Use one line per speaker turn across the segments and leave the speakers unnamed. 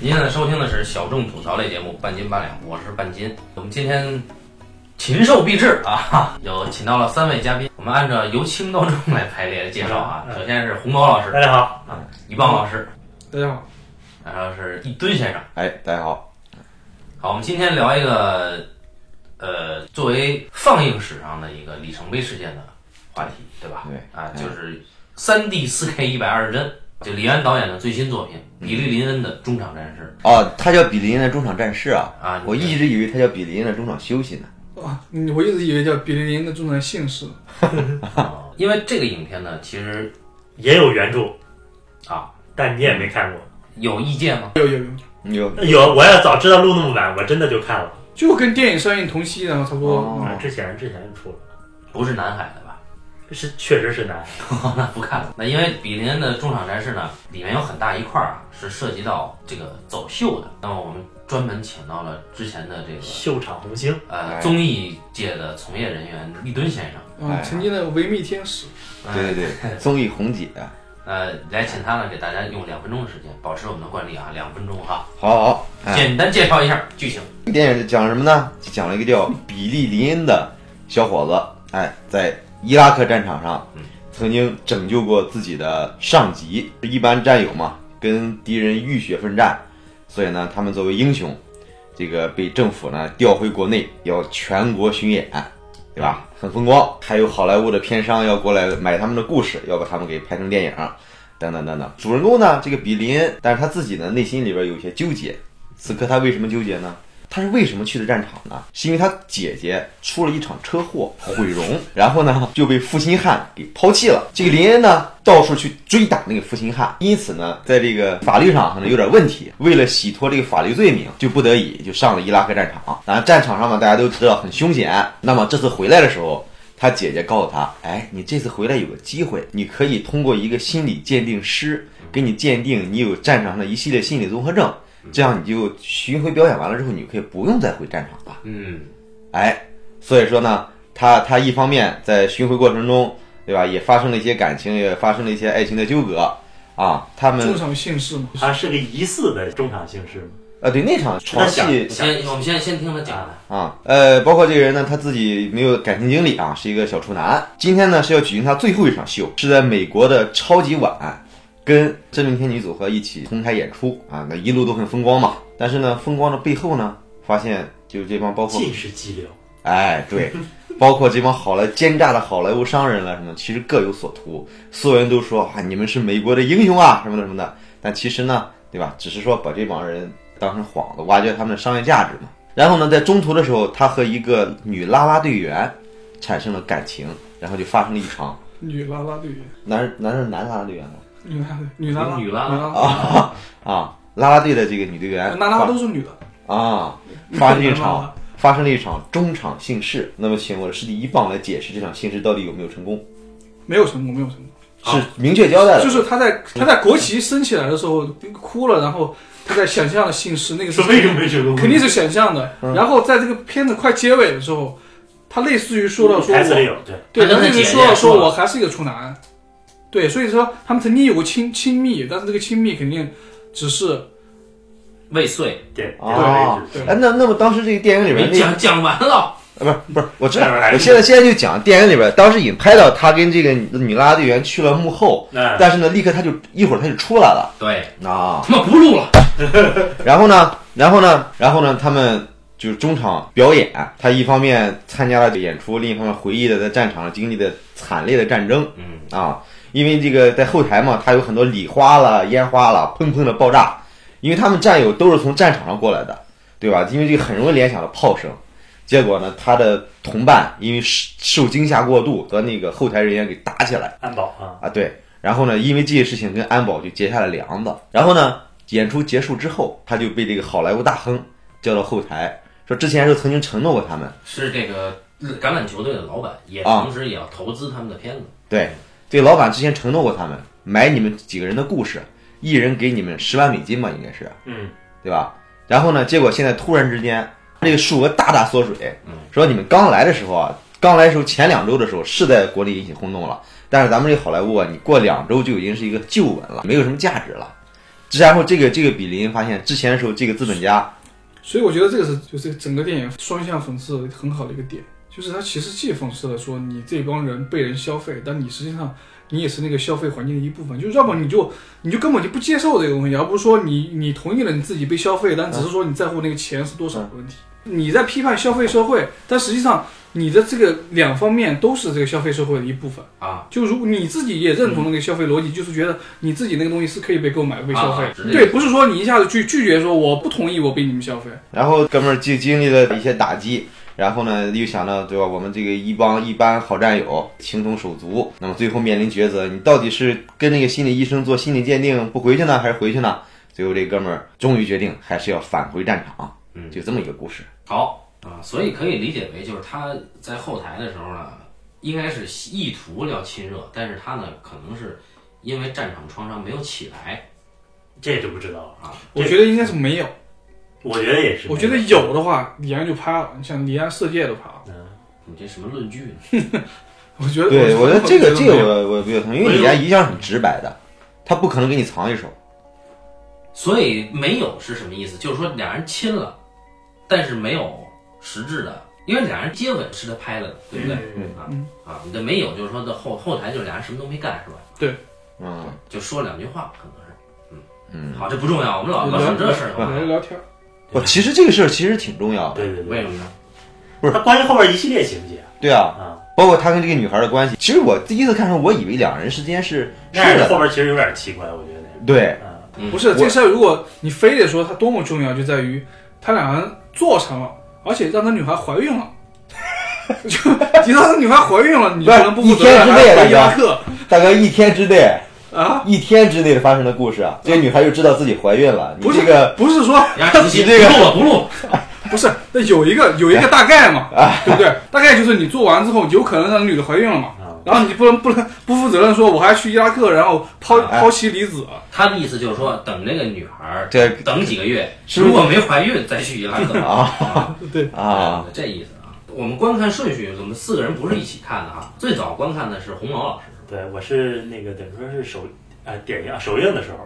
您现在收听的是小众吐槽类节目《半斤八两》，我是半斤。我们今天禽兽必至啊，有请到了三位嘉宾，我们按照由轻到重来排列介绍啊。
嗯
首先是红毛老师，
大家好，
一棒老师，
大家好，
然后是一吨先生。
哎，大家好，
好，我们今天聊一个，呃，作为放映史上的一个里程碑事件的话题，对吧？
对
啊，
嗯
就是三 D 四 K 一百二十帧，就李安导演的最新作品
嗯
《比利林恩的中场战啊事
哦，他叫比利恩的中场战士啊，》
啊，
我一直以为他叫比利恩的中场休息呢。
啊，嗯我一直以为叫比利林的中产姓氏，
啊因为这个影片呢，其实
也有原著
啊，
但你也没看过。
有意见吗？
有有有，
你有
有，我要早知道录那么晚，我真的就看了。
就跟电影上映同期，然后差不多。
哦
啊，之前之前就出了，
不是南海的吧？
是确实是难。
那不看了。那因为比利林恩的中场战事呢，里面有很大一块儿啊是涉及到这个走秀的。那么我们专门请到了之前的这个
秀场红星，
呃
哎
综艺界的从业人员立敦先生，
哎
啊，曾经的维密天使，
呃
对对对，综艺红姐，啊
呃，来请他呢，给大家用两分钟的时间，保持我们的惯例啊，两分钟哈，
好好好，哎，
简单介绍一下剧情。
这个电影讲什么呢？就讲了一个叫比利林恩的小伙子，哎，在伊拉克战场上
嗯
曾经拯救过自己的上级，一般战友嘛，跟敌人浴血奋战，所以呢，他们作为英雄，这个被政府呢调回国内，要全国巡演，哎对吧？很风光，还有好莱坞的片商要过来买他们的故事，要把他们给拍成电影，等等等等。主人公呢，这个比林恩，但是他自己呢内心里边有一些纠结。此刻他为什么纠结呢？他是为什么去的战场呢？是因为他姐姐出了一场车祸毁容， 然后呢就被负心汉给抛弃了。这个林恩呢到处去追打那个负心汉，因此呢在这个法律上可能有点问题。为了洗脱这个法律罪名，就不得已就上了伊拉克战场。然后战场上嘛，大家都知道很凶险。那么这次回来的时候。他姐姐告诉他：“哎，你这次回来有个机会，你可以通过一个心理鉴定师给你鉴定你有战场上的一系列心理综合症，这样你就巡回表演完了之后，你可以不用再回战场了。
嗯，
哎，所以说呢，他他一方面在巡回过程中，对吧，也发生了一些感情，也发生了一些爱情的纠葛啊。他
嗯
们
中场姓氏嘛，
好像啊是个疑似的中场姓氏嘛。
啊，对那场床戏
先我们先先听他讲的，
啊，呃，包括这个人呢，他自己没有感情经历啊，是一个小处男。今天呢是要举行他最后一场秀，是在美国的超级碗，跟真命天女组合一起同台演出啊，那一路都很风光嘛。但是呢，风光的背后呢，发现就这帮包括
啊尽是激流，
哎，对，包括这帮好莱奸诈的好莱坞商人了什么，其实各有所图。所有人都说啊，你们是美国的英雄啊，什么的什么的。但其实呢，对吧？只是说把这帮人当成幌子，挖掘他们的商业价值嘛。然后呢，在中途的时候，他和一个女啦啦队员产生了感情，然后就发生了一场
女啦啦队员，
男男是男啦啦队员吗？
女啦啦，女啦啦，
女
女
啦啦
啦
啊，啦啦队的这个女队员
啦，啦啦都是女的，
啊，发生一
啦啦
场
啦
发生了一场中场性事。那么，请我的师弟一棒来解释这场性事到底有没有成功？
没有成功，没有成功，
啊是明确交代了，
就是他在他在国旗升起来的时候哭了，然后他在想象的姓氏，那个是
说为什么嗯没成功？
肯定是想象的。然后在这个片子快结尾的时候，他类似于说到说
台词
我
里有对，
对，
他
他
跟
们
他
一直
姐
说
姐
了
说
说我还是一个处男，对，所以说他们曾经有过亲亲密，但是这个亲密肯定只是
未遂
点点到
啊
为止。
哎，那那么当时这个电影里边
没
那个
讲讲完了，
啊，不是不是，我知道
来来，来
我现在现在就讲电影里边，当时已经拍到他跟这个女啦啦队员去了幕后，
那
但是呢，立刻他就一会儿他就出来了
对，
啊，
他妈不录了，
然后呢，然后呢，然后呢，他们就是中场表演，他一方面参加了演出，另一方面回忆了在战场上经历的惨烈的战争
嗯，
啊，因为这个在后台嘛，他有很多礼花了、烟花了，砰砰的爆炸，因为他们战友都是从战场上过来的，对吧？因为这个很容易联想到炮声。结果呢，他的同伴因为受受惊吓过度，和那个后台人员给打起来。
安保啊，
啊，对。然后呢，因为这些事情跟安保就结下了梁子。然后呢，演出结束之后，他就被这个好莱坞大亨叫到后台，说之前就曾经承诺过他们，
是这个橄榄球队的老板，也
啊
同时也要投资他们的片子，
对，这个老板之前承诺过他们买你们几个人的故事，一人给你们十万美金吧，应该是，
嗯，
对吧？然后呢，结果现在突然之间，这个数额大大缩水
嗯，
说你们刚来的时候啊，刚来的时候前两周的时候是在国内引起轰动了，但是咱们这个好莱坞啊，你过两周就已经是一个旧闻了，没有什么价值了。然后这个这个比邻发现之前的时候，这个资本家
所以我觉得这个是就是整个电影双向讽刺很好的一个点，就是它其实既讽刺了说你这帮人被人消费，但你实际上你也是那个消费环境的一部分，就是要么你就你就根本就不接受这个东西，而不是说你你同意了你自己被消费，但只是说你在乎那个钱是多少的问题。
嗯
你在批判消费社会，但实际上你的这个两方面都是这个消费社会的一部分。
啊，
就如你自己也认同那个消费逻辑，就是觉得你自己那个东西是可以被购买、被消费
啊是这个
的，对，不是说你一下子拒拒绝说我不同意，我被你们消费。
然后哥们儿就经历了一些打击，然后呢又想到对吧，我们这个一帮一般好战友情同手足，那么最后面临抉择，你到底是跟那个心理医生做心理鉴定不回去呢，还是回去呢？最后这哥们儿终于决定还是要返回战场，
嗯
就这么一个故事。
好啊，所以可以理解为就是他在后台的时候呢，应该是意图要亲热，但是他呢可能是因为战场创伤没有起来
这就不知道了。
啊，
我觉得应该是没有，
我觉得也是，
我觉得有的话，李安就拍了，你像李安世界都拍了，
嗯，
你这什么论据呢？
呃我觉得，
对，我觉得这个这个
没有
我我比较同意，因为李安一向很直白的，他不可能给你藏一手。
所以没有是什么意思？就是说俩人亲了，但是没有实质的，因为俩人接吻是他拍的，对不对？
嗯
啊
嗯
啊，你这没有就是说的后后台就俩人什么都没干是吧？
嗯，
就说两句话可能是，
嗯，
好，这不重要，我们老老整这事儿干
聊
嘛
聊天，
我其实这个事儿其实挺重要的。
对对对，
为什么呢？
不是他关于后边一系列情节
对啊，
啊，
包括他跟这个女孩的关系。其实我第一次看的时候，我以为两人之间是是
但是
的，
后边其实有点奇怪，我觉得那个
对，
嗯
嗯
不是这事儿，如果你非得说它多么重要，就在于他俩人做成了，而且让那女孩怀孕了。 就你让那女孩怀孕了，你就不能不负责任，
不是一天之
还回
内了已经
家课
大概一天之内，
啊？
一天之内发生的故事啊。这个女孩就知道自己怀孕了，你
嗯不是
这个
不是说
呀，主席
你这个
不录了不录，
不是，那有一个有
哎
一个大概嘛，对不对？大概就是你做完之后，有可能让女的怀孕了嘛，
啊，
然后你不能不能不负责任说我还去伊拉克，然后抛
哎
抛妻离子，
他的意思就是说等这个女孩儿
这
等几个月，
是不是
如果没怀孕再去伊拉克啊
对哎
啊，，
这意思啊。我们观看顺序，我们四个人不是一起看的啊，最早观看的是红楼老师。
对，我是那个等于说是首啊点映首映的时候，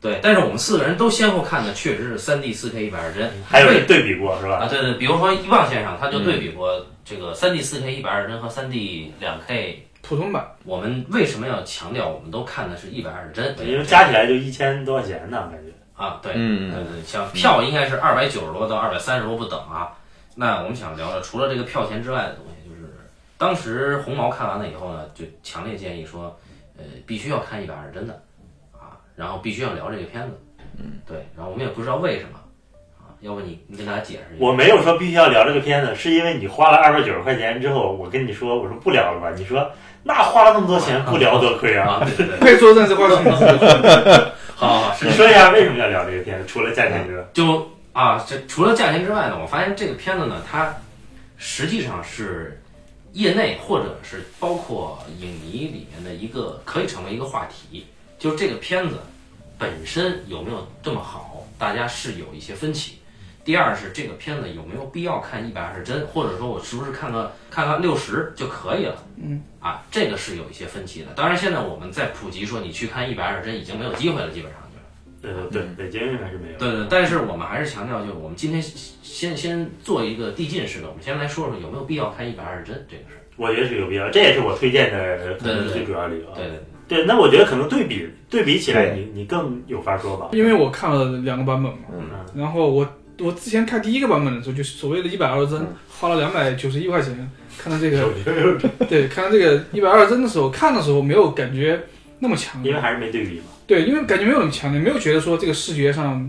对，但是我们四个人都先后看的确实是三 D、四 K、一百二十帧，
还有人对比过是吧？
啊，对对，比如说伊旺先生他就对比过这个三 D、四 K、一百二十帧和三 D、两 K。
普通版
我们为什么要强调我们都看的是一百二十帧？
因为加起来就一千多块钱呢，感觉
啊，对，
嗯
对对，像票应该是二百九十多到二百三十多不等啊。那我们想聊聊，除了这个票钱之外的东西，就是当时红毛看完了以后呢，就强烈建议说，呃，必须要看一百二十帧的啊，然后必须要聊这个片子。嗯，对，然后我们也不知道为什么啊，要不你你给大家解释一下。
我没有说必须要聊这个片子，是因为你花了二百九十块钱之后，我跟你说，我说不聊了吧，你说那花了那么多钱不聊多亏啊。
啊，对 对对，
被做认识话题，
好好好，
你
是
说一下为什么要聊这个片子？除了价钱之外，
就啊，这除了价钱之外呢，我发现这个片子呢，它实际上是业内或者是包括影迷里面的一个可以成为一个话题，就是这个片子本身有没有这么好，大家是有一些分歧。第二是这个片子有没有必要看一百二十帧，或者说我是不是看个看看六十就可以了？
嗯，
啊，这个是有一些分歧的。当然，现在我们在普及说你去看一百二十帧已经没有机会了，基本上就。
对呃对对，北京还是没有。
对对，但是我们还是强调，就是我们今天先先做一个递进式的，我们先来说说有没有必要看一百二十帧这个事儿。
我觉得是有必要，这也是我推荐的可能是最主要理
啊
由。啊
对对
对，那我觉得可能对比对比起来，你你更有法说吧。
因为我看了两个版本嘛，
嗯，
然后我我之前看第一个版本的时候，就是所谓的一百二十帧，
嗯
花了两百九十一块钱，看到这个
手机
对，看到这个一百二十帧的时候，看的时候没有感觉那么强烈
因为还是没对比嘛。
对，因为感觉没有那么强烈，没有觉得说这个视觉上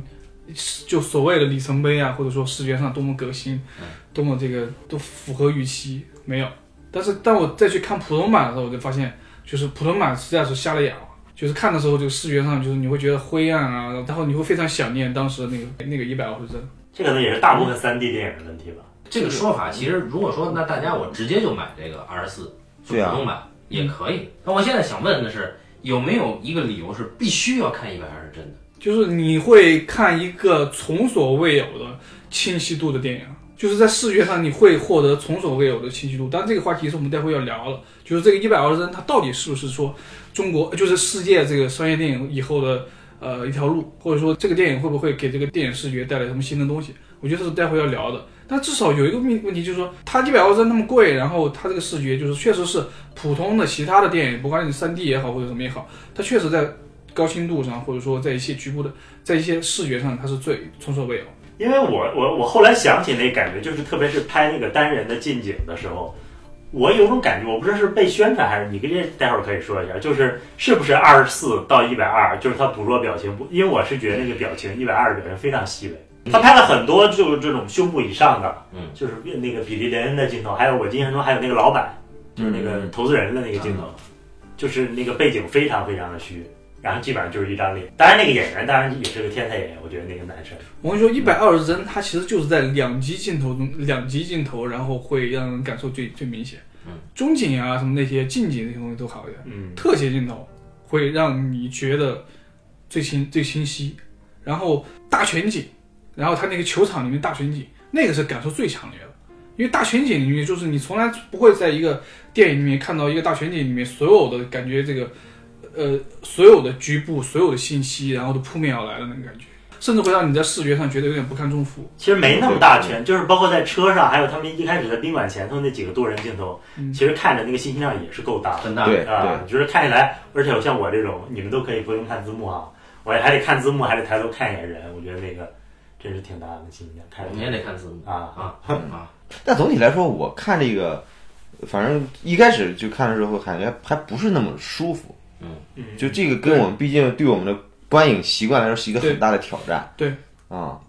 就所谓的里程碑啊，或者说视觉上多么革新，
嗯
多么这个都符合预期，没有。但是当我再去看普通版的时候，我就发现，就是普通版实在是瞎了眼了。就是看的时候，这个视觉上就是你会觉得灰暗啊，然后你会非常想念当时的那个那个一百二十帧。
这可能也是大部分三 D 电影的问题吧。
这个说法其实如果说那大家我直接就买这个二十四，就
对啊
普通版也可以。那我现在想问的是，有没有一个理由是必须要看一百二十帧的？
就是你会看一个从所未有的清晰度的电影，就是在视觉上你会获得从所未有的清晰度。但这个话题是我们待会要聊了，就是这个一百二十帧它到底是不是说中国就是世界这个商业电影以后的呃一条路，或者说这个电影会不会给这个电影视觉带来什么新的东西？我觉得这是待会要聊的。但至少有一个问问题就是说，它一百澳真那么贵，然后它这个视觉就是确实是普通的其他的电影，不管你三 D 也好或者什么也好，它确实在高清度上，或者说在一些局部的在一些视觉上，它是最措手不及。
因为我我我后来想起那感觉，就是特别是拍那个单人的近景的时候，我有种感觉，我不知道是被宣传还是你跟这待会儿可以说一下，就是是不是二十四到一百二，就是他捕捉表情不？因为我是觉得那个表情一百二的表情非常细微，他拍了很多就是这种胸部以上的，
嗯，
就是那个比利连恩的镜头，还有我印象中还有那个老板，就是那个投资人的那个镜头，就是那个背景非常非常的虚。然后基本上就是一张脸，当然那个演员当然也是个天才演员，我觉得那个男生。
我跟你说，一百二十帧，它其实就是在两级镜头中，两级镜头，然后会让人感受最最明显。
嗯，
中景啊，什么那些近景那些东西都好一点，
嗯，
特写镜头会让你觉得最清最清晰。然后大全景，然后它那个球场里面大全景，那个是感受最强烈的，因为大全景里面就是你从来不会在一个电影里面看到一个大全景里面所有的感觉这个，呃，所有的局部、所有的信息，然后都扑面而来的那个感觉。甚至会让你在视觉上觉得有点不堪重负。
其实没那么大圈，就是包括在车上，还有他们一开始在宾馆前头那几个多人镜头，
嗯
其实看着那个信息量也是够大
很大。
对
的啊。就是看起来，而且像我这种，你们都可以不用看字幕啊，我还得看字幕，还得抬头看一眼人，我觉得那个真是挺大的信息量，看
你也得看字幕
啊，
啊啊！
但总体来说，我看这个，反正一开始就看的时候，感觉还不是那么舒服。
嗯，
就这个跟我们毕竟对我们的观影习惯来说是一个很大的挑战。
对
啊、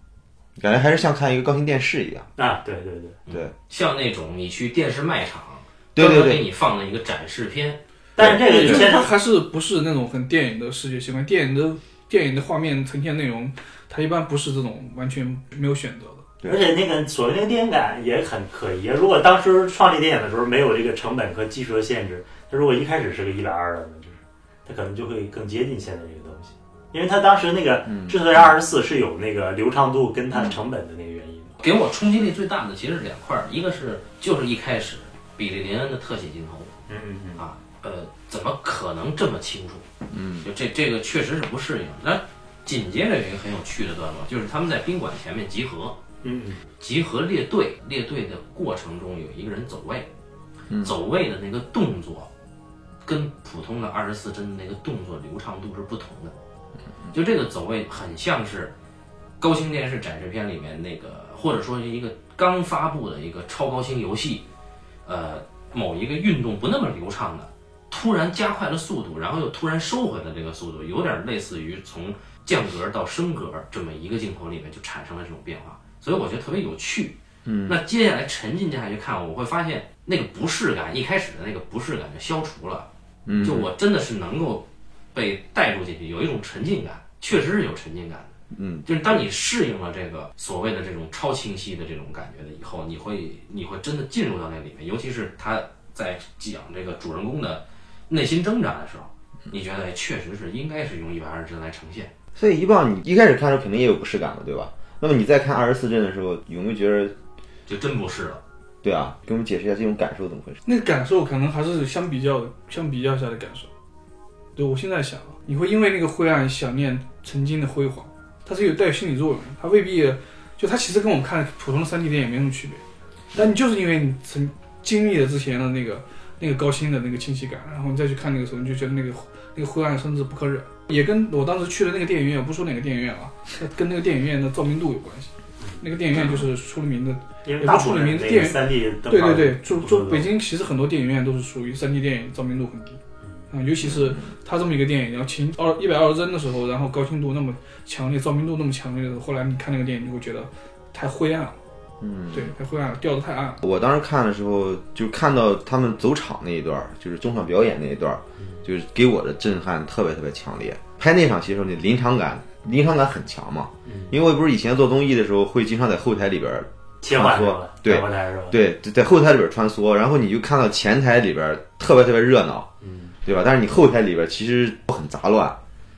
感觉还是像看一个高清电视一样。
啊，对对对。
对
像那种你去电视卖场，
对对
专门给
对，
你放了一个展示片，
但是这个
就
你
是
现
它
在
还是不是那种很电影的视觉习惯，电影的电影的画面呈现内容，它一般不是这种完全没有选择的。
对
而且那个所谓那个电影感也很可疑。如果当时创立电影的时候没有这个成本和技术的限制，它如果一开始是个一百二的呢，就是它可能就会更接近现在这个东西。因为它当时那个之所以二十四是有那个流畅度跟它的成本的那个原因嘛。
给我冲击力最大的其实是两块儿，一个是就是一开始比利林恩的特写镜头，
嗯嗯
啊，呃，怎么可能这么清楚？
嗯，
就这这个确实是不适应。那紧接着有一个很有趣的段落，就是他们在宾馆前面集合，
嗯嗯
集合列队，列队的过程中有一个人走位，
嗯
走位的那个动作跟普通的二十四帧的那个动作流畅度是不同的。就这个走位很像是高清电视展示片里面那个，或者说是一个刚发布的一个超高清游戏，呃，某一个运动不那么流畅的，突然加快了速度，然后又突然收回了这个速度，有点类似于从降格到升格这么一个镜头里面就产生了这种变化，所以我觉得特别有趣。嗯，那接下来沉浸下去看，我会发现那个不适感，一开始的那个不适感就消除了。嗯，就我真的是能够被带入进去，有一种沉浸感，确实是有沉浸感的。嗯，就是当你适应了这个所谓的这种超清晰的这种感觉的以后，你会你会真的进入到那里面，尤其是他在讲这个主人公的内心挣扎的时候，你觉得哎确实是应该是用一百二十帧来呈现。
所以一棒你一开始看的时候肯定也有不适感了，对吧？那么你再看二十四帧的时候，有没有觉得，
就真不是了。
对啊？给我们解释一下这种感受怎么回事？
那个感受可能还是相比较的，相比较下的感受。对我现在想啊，你会因为那个灰暗想念曾经的辉煌，它是有带有心理作用的，它未必就它其实跟我们看普通的三 D 电影没什么区别，但你就是因为你曾经历了之前的那个那个高清的那个清晰感，然后你再去看那个时候，你就觉得那个那个灰暗甚至不可忍。也跟我当时去的那个电影院，我不说哪个电影院啊，跟那个电影院的照明度有关系。那个电影院就是出了名的
因为大部分人那个三 D 灯
对
泡
对对，就
不
就
能
北京其实很多电影院都是属于3 D 电影照明度很低，嗯，尤其是它这么一个电影，然后前二一百二十帧的时候，然后高清度那么强烈，照明度那么强烈的时候，后来你看那个电影，你会觉得太灰暗了，
嗯，
对，太灰暗了，掉的太暗了。
我当时看的时候，就看到他们走场那一段儿，就是中场表演那一段儿，就是给我的震撼特别特别强烈。拍那场戏的时候，那临场感，临场感很强嘛。因为我不是以前做综艺的时候，会经常在后台里边儿，
切换是吧？
对
转过来是吧？
对，在后台里边儿穿梭，然后你就看到前台里边儿特别特别热闹，
嗯，
对吧？但是你后台里边儿其实很杂乱，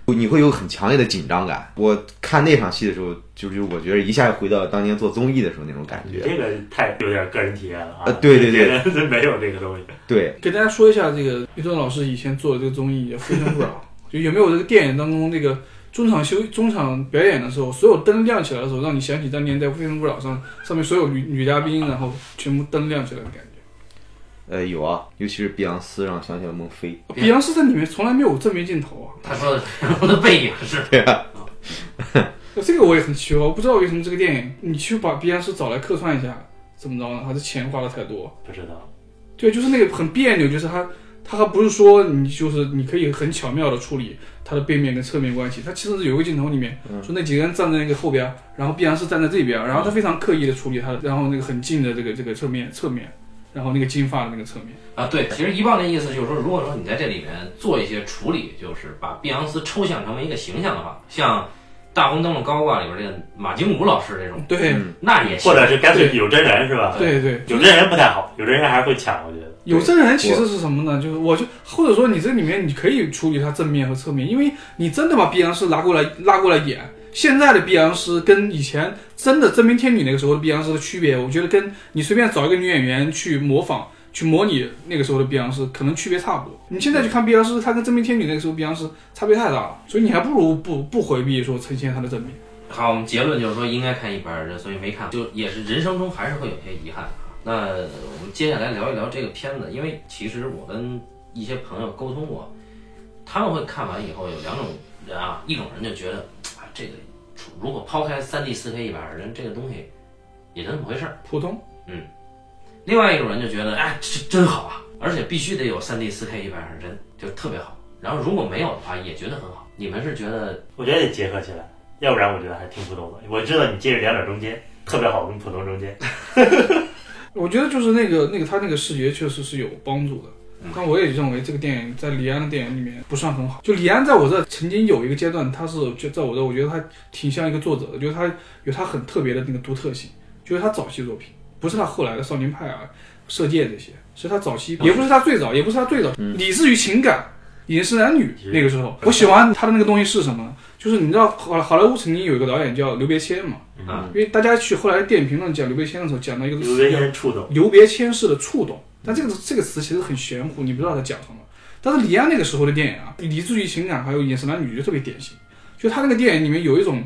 你会有很强烈的紧张感。我看那场戏的时候，就是我觉得一下回到当年做综艺的时候那种感
你
觉。
这个太有点个人体验了啊！
呃对对对
对， 没有这个东西。
对，
给大家说一下，这个于正老师以前做的这个综艺《非诚勿扰》，就有没有这个电影当中那个中场休中场表演的时候，所有灯亮起来的时候，让你想起当年在《非诚勿扰》上上面所有女女嘉宾，然后全部灯亮起来的感觉。
呃，有啊，尤其是碧昂斯，让我想起了孟非。
对
碧昂斯在里面从来没有正面镜头啊，
他说的 我的背影是
这个我也很奇怪，我不知道为什么这个电影你去把碧昂斯找来客串一下，怎么着呢？还是钱花的太多？
不知道，
对，就是那个很别扭，就是他他还不是说你就是你可以很巧妙的处理他的背面跟侧面关系，他其实是有一个镜头里面，说那几个人站在那个后边儿，然后必然是站在这边儿，然后他非常刻意的处理他的，然后那个很近的这个这个侧面侧面，然后那个金发的那个侧面，
啊，对，其实一棒的意思就是说，如果说你在这里面做一些处理，就是把碧昂斯抽象成为一个形象的话，像《大红灯笼高挂》里边这个马金武老师这种，
对、
嗯
那也行
或。者是干脆有真人是吧？
对对，
有真人不太好，有真人还是会抢，我觉得。
有证人其实是什么呢？就是我就或者说你这里面你可以处理他正面和侧面，因为你真的把碧昂斯拉过来拉过来演。现在的碧昂斯跟以前真的真命天女那个时候的碧昂斯的区别，我觉得跟你随便找一个女演员去模仿、去模拟那个时候的碧昂斯，可能区别差不多。你现在去看碧昂斯，她跟真命天女那个时候碧昂斯差别太大了，所以你还不如不不回避说呈现她的正面。
好，我们结论就是说应该看一百二十帧，所以没看，就也是人生中还是会有些遗憾啊。那我们接下来聊一聊这个片子，因为其实我跟一些朋友沟通过，他们会看完以后有两种人啊，一种人就觉得啊，这个如果抛开三 D、四 K、一百二十帧这个东西，也就那么回事儿。
普通
另外一种人就觉得，哎，这真好啊，而且必须得有3 D、4 K、一百二十帧，就特别好。然后如果没有的话，也觉得很好。你们是觉得
我觉得得结合起来，要不然我觉得还挺普通的。我知道你介于两者中间，特别好跟普通中间。
我觉得就是那个那个他那个视觉确实是有帮助的，但我也认为这个电影在李安的电影里面不算很好。就李安在我这曾经有一个阶段，他是就在我这，我觉得他挺像一个作者的，就是他有他很特别的那个独特性，就是他早期作品，不是他后来的《少年派》啊、《射箭》这些，是他早期，也不是他最早，也不是他最早，以至于情感。饮食男女那个时候，我喜欢他的那个东西是什么呢？就是你知道好好莱坞曾经有一个导演叫刘别谦嘛，
啊，
因为大家去后来电影评论讲刘别谦的时候，讲到一个
有为先触动，
留别千世的触动，但这个这个词其实很玄乎，你不知道他讲什么。但是李安那个时候的电影啊，以至于情感还有眼神男女就特别典型，就他那个电影里面有一种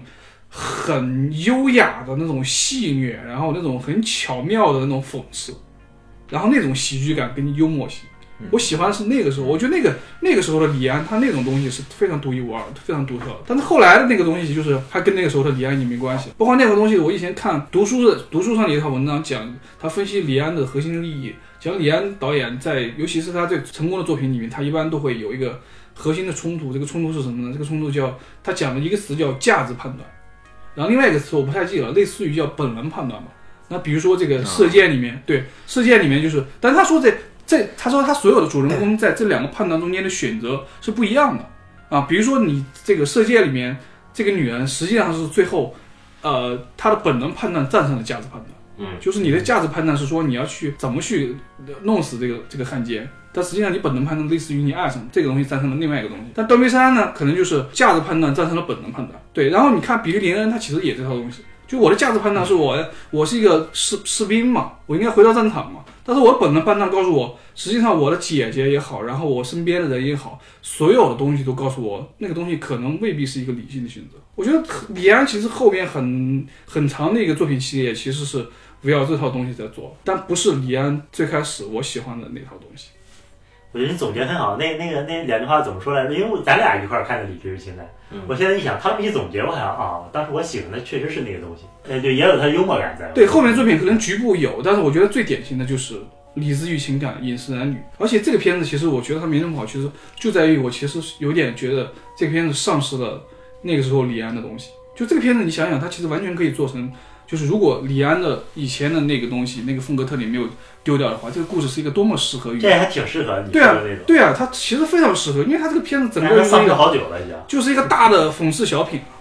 很优雅的那种戏谑，然后那种很巧妙的那种讽刺，然后那种喜剧感跟幽默性。我喜欢的是那个时候，我觉得那个那个时候的李安，他那种东西是非常独一无二、非常独特的。但是后来的那个东西，就是他跟那个时候的李安也没关系。包括那个东西，我以前看读书的读书上有一条文章讲，他分析李安的核心利益，讲李安导演在，尤其是他在成功的作品里面，他一般都会有一个核心的冲突。这个冲突是什么呢？这个冲突叫他讲了一个词叫价值判断，然后另外一个词我不太记得了，类似于叫本能判断吧。那比如说这个《射箭》里面，对《射箭》里面就是，但是他说这这他说他所有的主人公在这两个判断中间的选择是不一样的啊。比如说你这个世界里面这个女人实际上是最后，呃，她的本能判断战胜了价值判断。
嗯，
就是你的价值判断是说你要去怎么去弄死这个这个汉奸，但实际上你本能判断类似于你爱上这个东西战胜了另外一个东西。但断背山呢，可能就是价值判断战胜了本能判断。对，然后你看比利林恩他其实也这套东西。就我的价值判断是我，我是一个士士兵嘛，我应该回到战场嘛。但是我的本能判断告诉我，实际上我的姐姐也好，然后我身边的人也好，所有的东西都告诉我，那个东西可能未必是一个理性的选择。我觉得李安其实后面很很长的一个作品系列其实是围绕这套东西在做，但不是李安最开始我喜欢的那套东西。
我觉得你总结很好。那那个那两句话怎么说来着？因为我咱俩一块儿看的《理智与情感》
嗯
我现在一想，他这么一总结，我好像啊，当时我喜欢的确实是那个东西，呃，就也有他幽默感在。
对，后面作品可能局部有，但是我觉得最典型的就是《理智与情感》《饮食男女》，而且这个片子其实我觉得它没那么好，其实就在于我其实有点觉得这个片子丧失了那个时候李安的东西。就这个片子，你想想，它其实完全可以做成，就是如果李安的以前的那个东西，那个风格特点没有丢掉的话，这个故事是一个多么适合于
这还挺适合你说
对啊
的那种，，
对啊，它其实非常适合，因为它这个片子整
但是
个
他丧失好久了已经。
就是一个大的讽刺小品，啊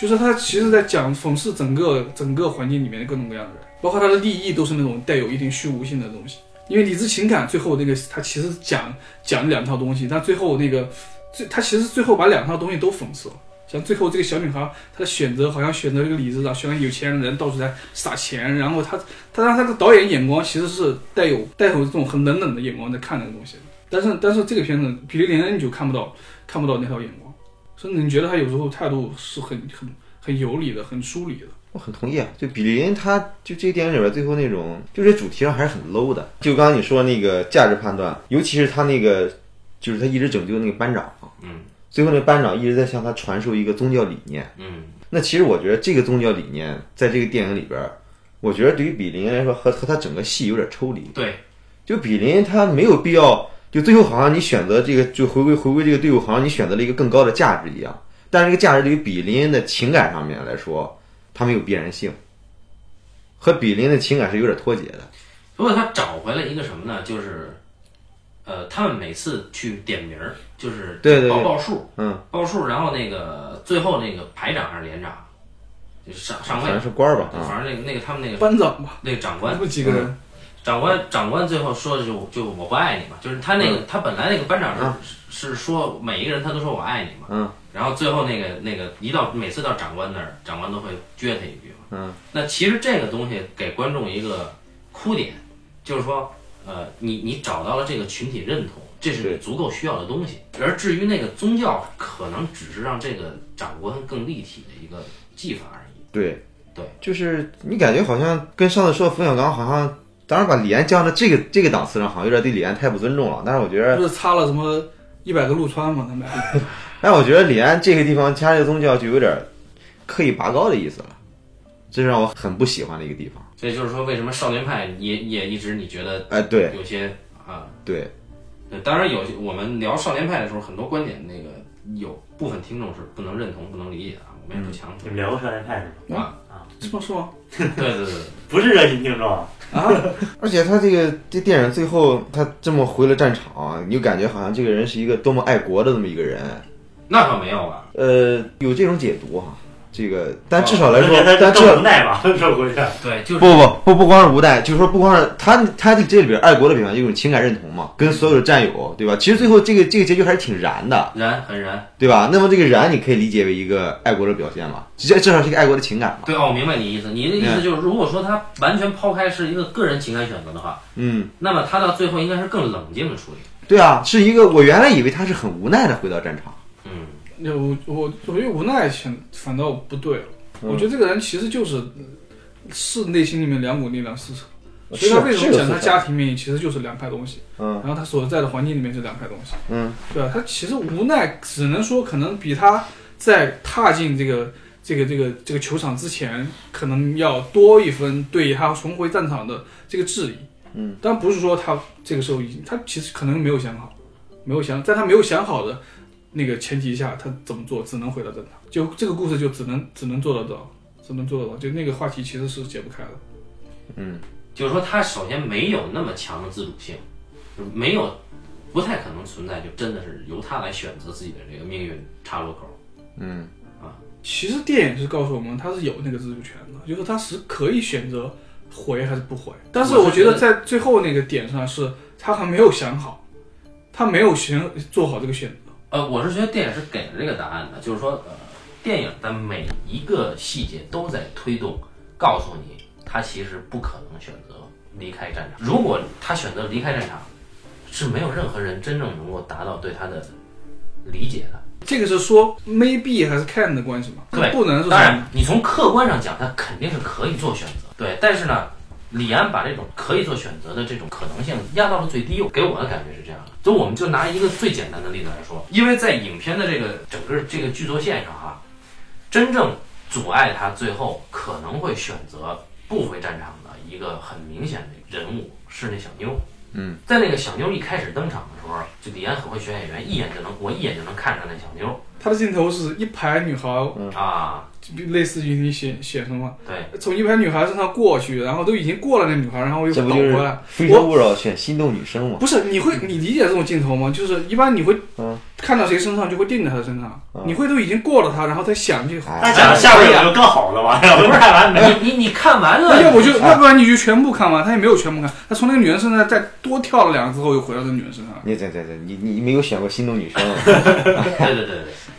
就是他其实在讲讽刺整个整个环境里面的各种各样的人，包括他的利益都是那种带有一定虚无性的东西。因为理智情感最后那个他其实讲讲两套东西，但最后那个最他其实最后把两套东西都讽刺了。像最后这个小女孩，她的选择好像选择这个理智啊，选择有钱人到处在撒钱，然后她她让她的导演眼光其实是带有带有这种很冷冷的眼光在看那个东西的。但是但是这个片子《比利林恩》你就看不到看不到那套眼光。甚至你觉得他有时候态度是很很很有理的，很疏离的。
我很同意啊，就比利林他就这个电影里边最后那种，就这主题上还是很 low 的。就刚刚你说那个价值判断，尤其是他那个，就是他一直拯救那个班长，
嗯，
最后那班长一直在向他传授一个宗教理念。
嗯，
那其实我觉得这个宗教理念在这个电影里边儿，我觉得对于比利林来说和和他整个戏有点抽离。
对，
就比林他没有必要，就最后好像你选择这个就回归回归这个队伍，好像你选择了一个更高的价值一样。但是这个价值对于比林的情感上面来说，它没有必然性，和比林的情感是有点脱节的。
不过他找回了一个什么呢？就是，呃，他们每次去点名儿，就是
对对对
报报数，
嗯，
报数，然后那个最后那个排长还是连长，就是上上
好
尉
像，是官儿吧啊，
反正那个那个他们那个
班长吧，
那个长官
那，么几个人，
长官长官最后说的就就我不爱你嘛，就是他那个、他本来那个班长是、
嗯
是说每一个人他都说我爱你嘛，
嗯，
然后最后那个那个一到每次到长官那儿，长官都会撅他一句嘛，
嗯，
那其实这个东西给观众一个哭点，就是说，呃，你你找到了这个群体认同，这是你
对
足够需要的东西，而至于那个宗教，可能只是让这个长官更立体的一个技法而已，
对
对，
就是你感觉好像跟上次说的冯小刚好像，当然把李安降到这个这个档次上，好像有点对李安太不尊重了。但是我觉得
不是擦了什么一百个陆川嘛？他们
但我觉得李安这个地方加这个宗教就有点刻意拔高的意思了，这是让我很不喜欢的一个地方。
所以就是说，为什么少年派也也一直你觉得
哎，对
有些啊。
对，
对，当然有些我们聊少年派的时候，很多观点那个有部分听众是不能认同、不能理解的啊，我们也不强
嗯你
求
们聊过少年派是吗？
啊。
是吗？是吗？
对对对，
不是热心听众啊，
而且他这个这电影最后他这么回了战场，你就感觉好像这个人是一个多么爱国的这么一个人，
那倒没有吧？
呃，有这种解读哈。这个，但至少来说，
哦他
但至
更无
少
奈嘛，这 回去。
对，就
不
是
不不不光是无奈，就是说不光是他他这里边爱国的表现，有一种情感认同嘛，跟所有的战友，对吧？其实最后这个这个结局还是挺燃的，
燃很燃。
对吧？那么这个燃，你可以理解为一个爱国的表现嘛，至至少是一个爱国的情感嘛。
对哦，我明白你意思。你的意
嗯
思就是，如果说他完全抛开是一个个人情感选择的话，
嗯，
那么他到最后应该是更冷静的处理。
对啊，是一个我原来以为他是很无奈的回到战场，
嗯，
那我我我觉得无奈显反倒不对了。
嗯
我觉得这个人其实就是是内心里面两股力量撕扯，所以
是
他为什么
是
讲他
是
家庭面其实就是两派东西，
嗯
然后他所在的环境里面是两派东西，
嗯，
对吧？他其实无奈，只能说可能比他在踏进这个这个这个这个球场之前，可能要多一分对他重回战场的这个质疑。
嗯，
但不是说他这个时候已经，他其实可能没有想好，没有想，在他没有想好的那个前提下，他怎么做只能回到正常。就这个故事就只能只能做得到，只能做得到。就那个话题其实是解不开的。
嗯
就是说他首先没有那么强的自主性，就是没有，不太可能存在，就真的是由他来选择自己的这个命运岔路口。
嗯
其实电影是告诉我们，他是有那个自主权的，就是他是可以选择回还是不回。但是我觉得在最后那个点上是，他还没有想好，他没有选做好这个选择。
呃，我是觉得电影是给了这个答案的，就是说，呃，电影的每一个细节都在推动，告诉你他其实不可能选择离开战场。如果他选择离开战场，是没有任何人真正能够达到对他的理解的。
这个是说 maybe 还是 can 的关系嘛？
对
不能是
当
什
然
么？，
你从客观上讲，他肯定是可以做选择，对。但是呢，李安把这种可以做选择的这种可能性压到了最低，给我的感觉是这样的。就我们就拿一个最简单的例子来说，因为在影片的这个整个这个剧作线上哈、真正阻碍他最后可能会选择不回战场的一个很明显的人物是那小妞。
嗯，
在那个小妞一开始登场的时候，就李安很会选演员，一眼就能我一眼就能看上那小妞
他的镜头是一排女孩，
啊，
类似于你写写什么，
对。
从一排女孩身上过去，然后都已经过了那女孩，然后又
这
倒
不就是
回来。
非诚勿扰选心动女生吗？
不是，你会你理解这种镜头吗？就是一般你会
嗯
看到谁身上就会定在他身上，
嗯
你会都已经过了他，然后再想就
他
哎，
讲下边有个更好 的嘛，不是看
啊
完没？
你你你看完了，
那要不就要不然你就全部看完，他也没有全部看，他从那个女人身上再多跳了两个之后，又回到这个女人身上了。
你这这这，你你没有选过心动女生，啊
对对对对，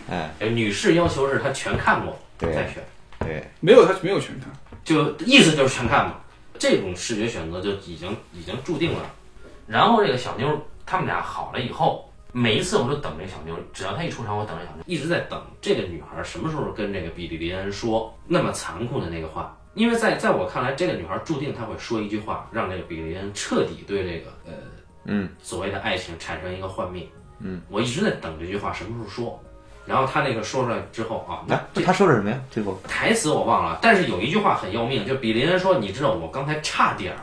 哎，
呃女士要求是她全看过
对
再选，
对，
没有，他没有全看。
就意思就是全看嘛。这种视觉选择就已经已经注定了。然后这个小妞儿他们俩好了以后，每一次我都等这小妞，只要她一出场，我等这小妞，一直在等这个女孩什么时候跟这个比利林恩说那么残酷的那个话。因为在在我看来，这个女孩注定她会说一句话，让这个比利林恩彻底对这个呃
嗯
所谓的爱情产生一个幻灭。嗯，我一直在等这句话什么时候说，然后她那个说出来之后啊，
那、
那这
他说的什么呀？最后
台词我忘了，但是有一句话很要命，就比林恩说：“你知道我刚才差点儿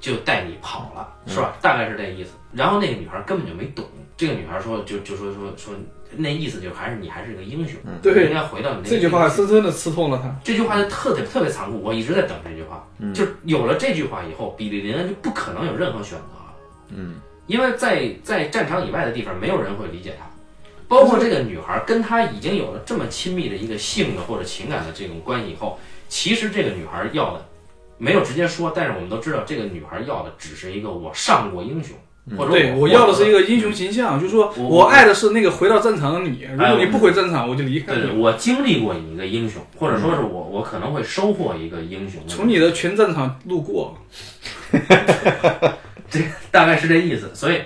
就带你跑了，
嗯
是吧？”大概是这意思。然后那个女孩根本就没懂，这个女孩说就就说说说那意思就是还是你还是个英雄，
对
应该回到你那个
这句
英
话
雄
深深的刺痛了他。
这句话就特别特别残酷，我一直在等这句话。
嗯
就有了这句话以后，比利林恩就不可能有任何选择了。
嗯，
因为在在战场以外的地方，没有人会理解他，包括这个女孩跟他已经有了这么亲密的一个性的或者情感的这种关系以后，其实这个女孩要的没有直接说，但是我们都知道，这个女孩要的只是一个我上过英雄，或者
嗯对，
我
我要的是一个英雄形象，就是说
我
我爱的是那个回到战场的你。如果你不回战场，我就离开
对对，
你。
我经历过一个英雄，或者说是我我可能会收获一个英雄。
从你的全战场路过，
大概是这意思。所以，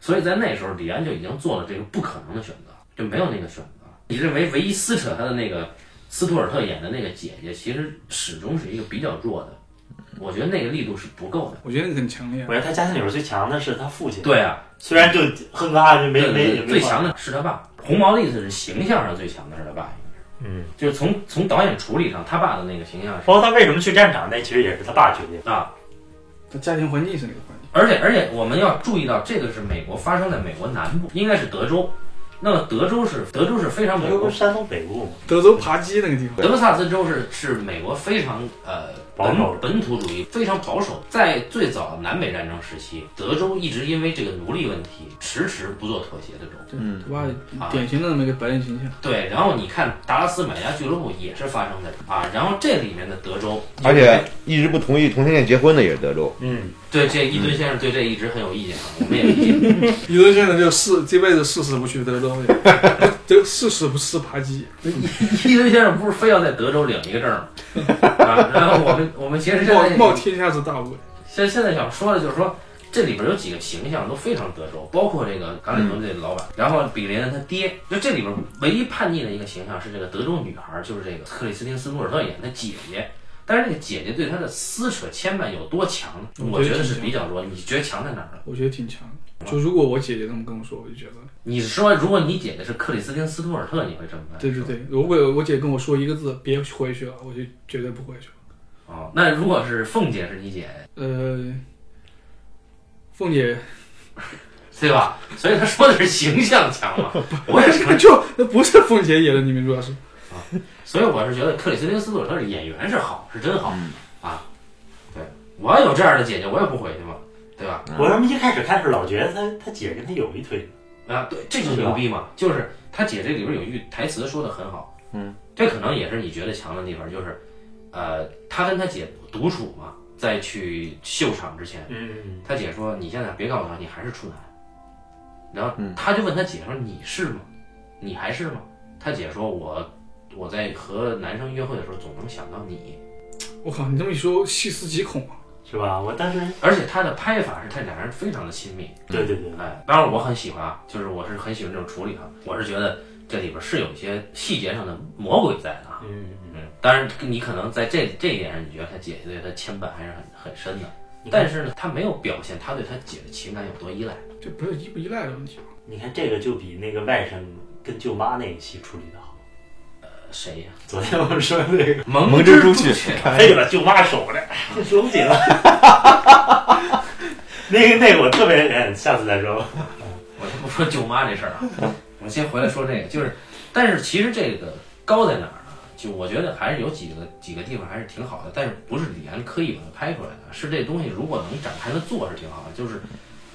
所以在那时候，李安就已经做了这个不可能的选择，就没有那个选择了。你认为唯一撕扯他的那个斯图尔特演的那个姐姐，其实始终是一个比较弱的，我觉得那个力度是不够的。
我觉得那个很强烈
我。觉得他家庭里边最强的是他父亲，，
对啊，
虽然就哼哈就没
对对
没也
对
没
最强的是他爸。红毛的意思是形象上最强的是他爸，
嗯，
就是从从导演处理上，他爸的那个形象是
包括他为什么去战场，那其实也是他爸决定。
啊，
他家庭环境是那个环境。
而且而且我们要注意到，这个是美国发生在美国南部，应该是德州。那么德州是德州是非常美
那不
国
是山东北部吗？
德州扒鸡那个地方，
德克萨斯州是是美国非常呃
保
本
守
本土主义非常保守，在最早南北战争时期，德州一直因为这个奴隶问题迟迟不做妥协的州。
对
嗯
他爸典型的那么一个白人形象。
对，然后你看达拉斯买家俱乐部也是发生在啊，然后这里面的德州，
而且一直不同意同性恋结婚的也是德州，
嗯，
对这一吨先生对这一直很有意见啊，我们也理解。
理论现在就是这辈子誓死不去德州，德誓死不吃 扒鸡。
嗯伊顿先生不是非要在德州领一个证吗？啊，然后我们我们其实现
冒
在
冒天下之大不韪。
现现在想说的就是说，这里边有几个形象都非常德州，包括这个橄榄球队的老
嗯
板，然后比利林恩他爹，就这里边唯一叛逆的一个形象是这个德州女孩，就是这个克里斯汀·斯图尔特演的姐姐。但是那个姐姐对他的撕扯牵绊有多强，我
我觉
觉
得
得是
挺强
比较弱。你觉得强在哪儿呢？
我觉得挺强的。就如果我姐姐这么跟我说，我就觉得，
你是说，如果你姐姐是克里斯汀·斯图尔特，你会这么干？
对对
是吧。
对，如果我姐跟我说一个字“别回去了”，我就绝对不回去了。
哦，那如果是凤姐是你姐，
呃，凤姐
对吧？所以他说的是形象强 嘛。 我也是
就那不是凤姐演的，你们主要是
所以我是觉得克里斯汀·斯图尔特演员是好，是真好、
嗯
啊。对，我要有这样的姐姐，我也不回去嘛，对吧？
嗯
我他妈一开始看是老觉得他他姐跟他有一腿，
啊，对，这就是牛逼嘛。就是他姐这里边有句台词说的很好，
嗯，
这可能也是你觉得强的地方，就是，呃，他跟他姐独处嘛，在去秀场之前，
嗯，
他姐说：“你现在别告诉他你还是处男。”然后
嗯
他就问他姐说：“你是吗？你还是吗？”他姐说：“我我在和男生约会的时候总能想到你。
我靠，你这么一说，细思极恐啊！
是吧？我当时”
而且他的拍法是他俩人非常的亲密，
对对对，
哎，当然我很喜欢啊，就是我是很喜欢这种处理啊，我是觉得这里边是有一些细节上的魔鬼在的啊。
嗯，
嗯，当然你可能在这这一点上，你觉得他姐姐对他牵绊还是很很深的，
你看
但是呢，他没有表现他对他姐的情感有多依赖。
这不是依不依赖的问题，
你看这个就比那个外甥跟舅妈那一期处理的 好。
呃谁呀、
昨天我们说那个
蒙
蒙
蜘
蜘蛛去
去，
看
废了舅妈手的，手紧了。 那个那个我特别，嗯，下次再说。
我先不说舅妈这事儿啊，我先回来说这个，就是，但是其实这个高在哪儿呢？就我觉得还是有几个几个地方还是挺好的，但是不是李安刻意把它拍出来的，啊是这东西如果能展开的做是挺好的。就是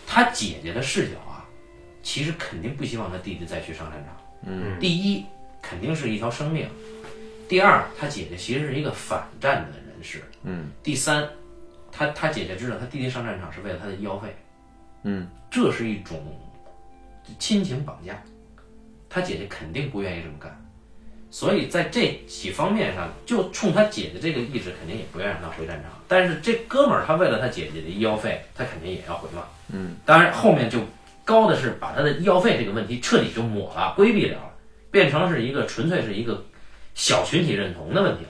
他姐姐的视角啊，其实肯定不希望他弟弟再去上战场。
嗯，
第一，肯定是一条生命；第二，他姐姐其实是一个反战的人士；
嗯
第三，他他姐姐知道他弟弟上战场是为了他的医药费。
嗯
这是一种亲情绑架，他姐姐肯定不愿意这么干，所以在这几方面上，就冲他姐姐这个意志，肯定也不愿意让他回战场。但是这哥们儿他为了他姐姐的医药费，他肯定也要回嘛。
嗯，
当然后面就高的是把他的医药费这个问题彻底就抹了、规避掉了，变成是一个纯粹是一个小群体认同的问题了。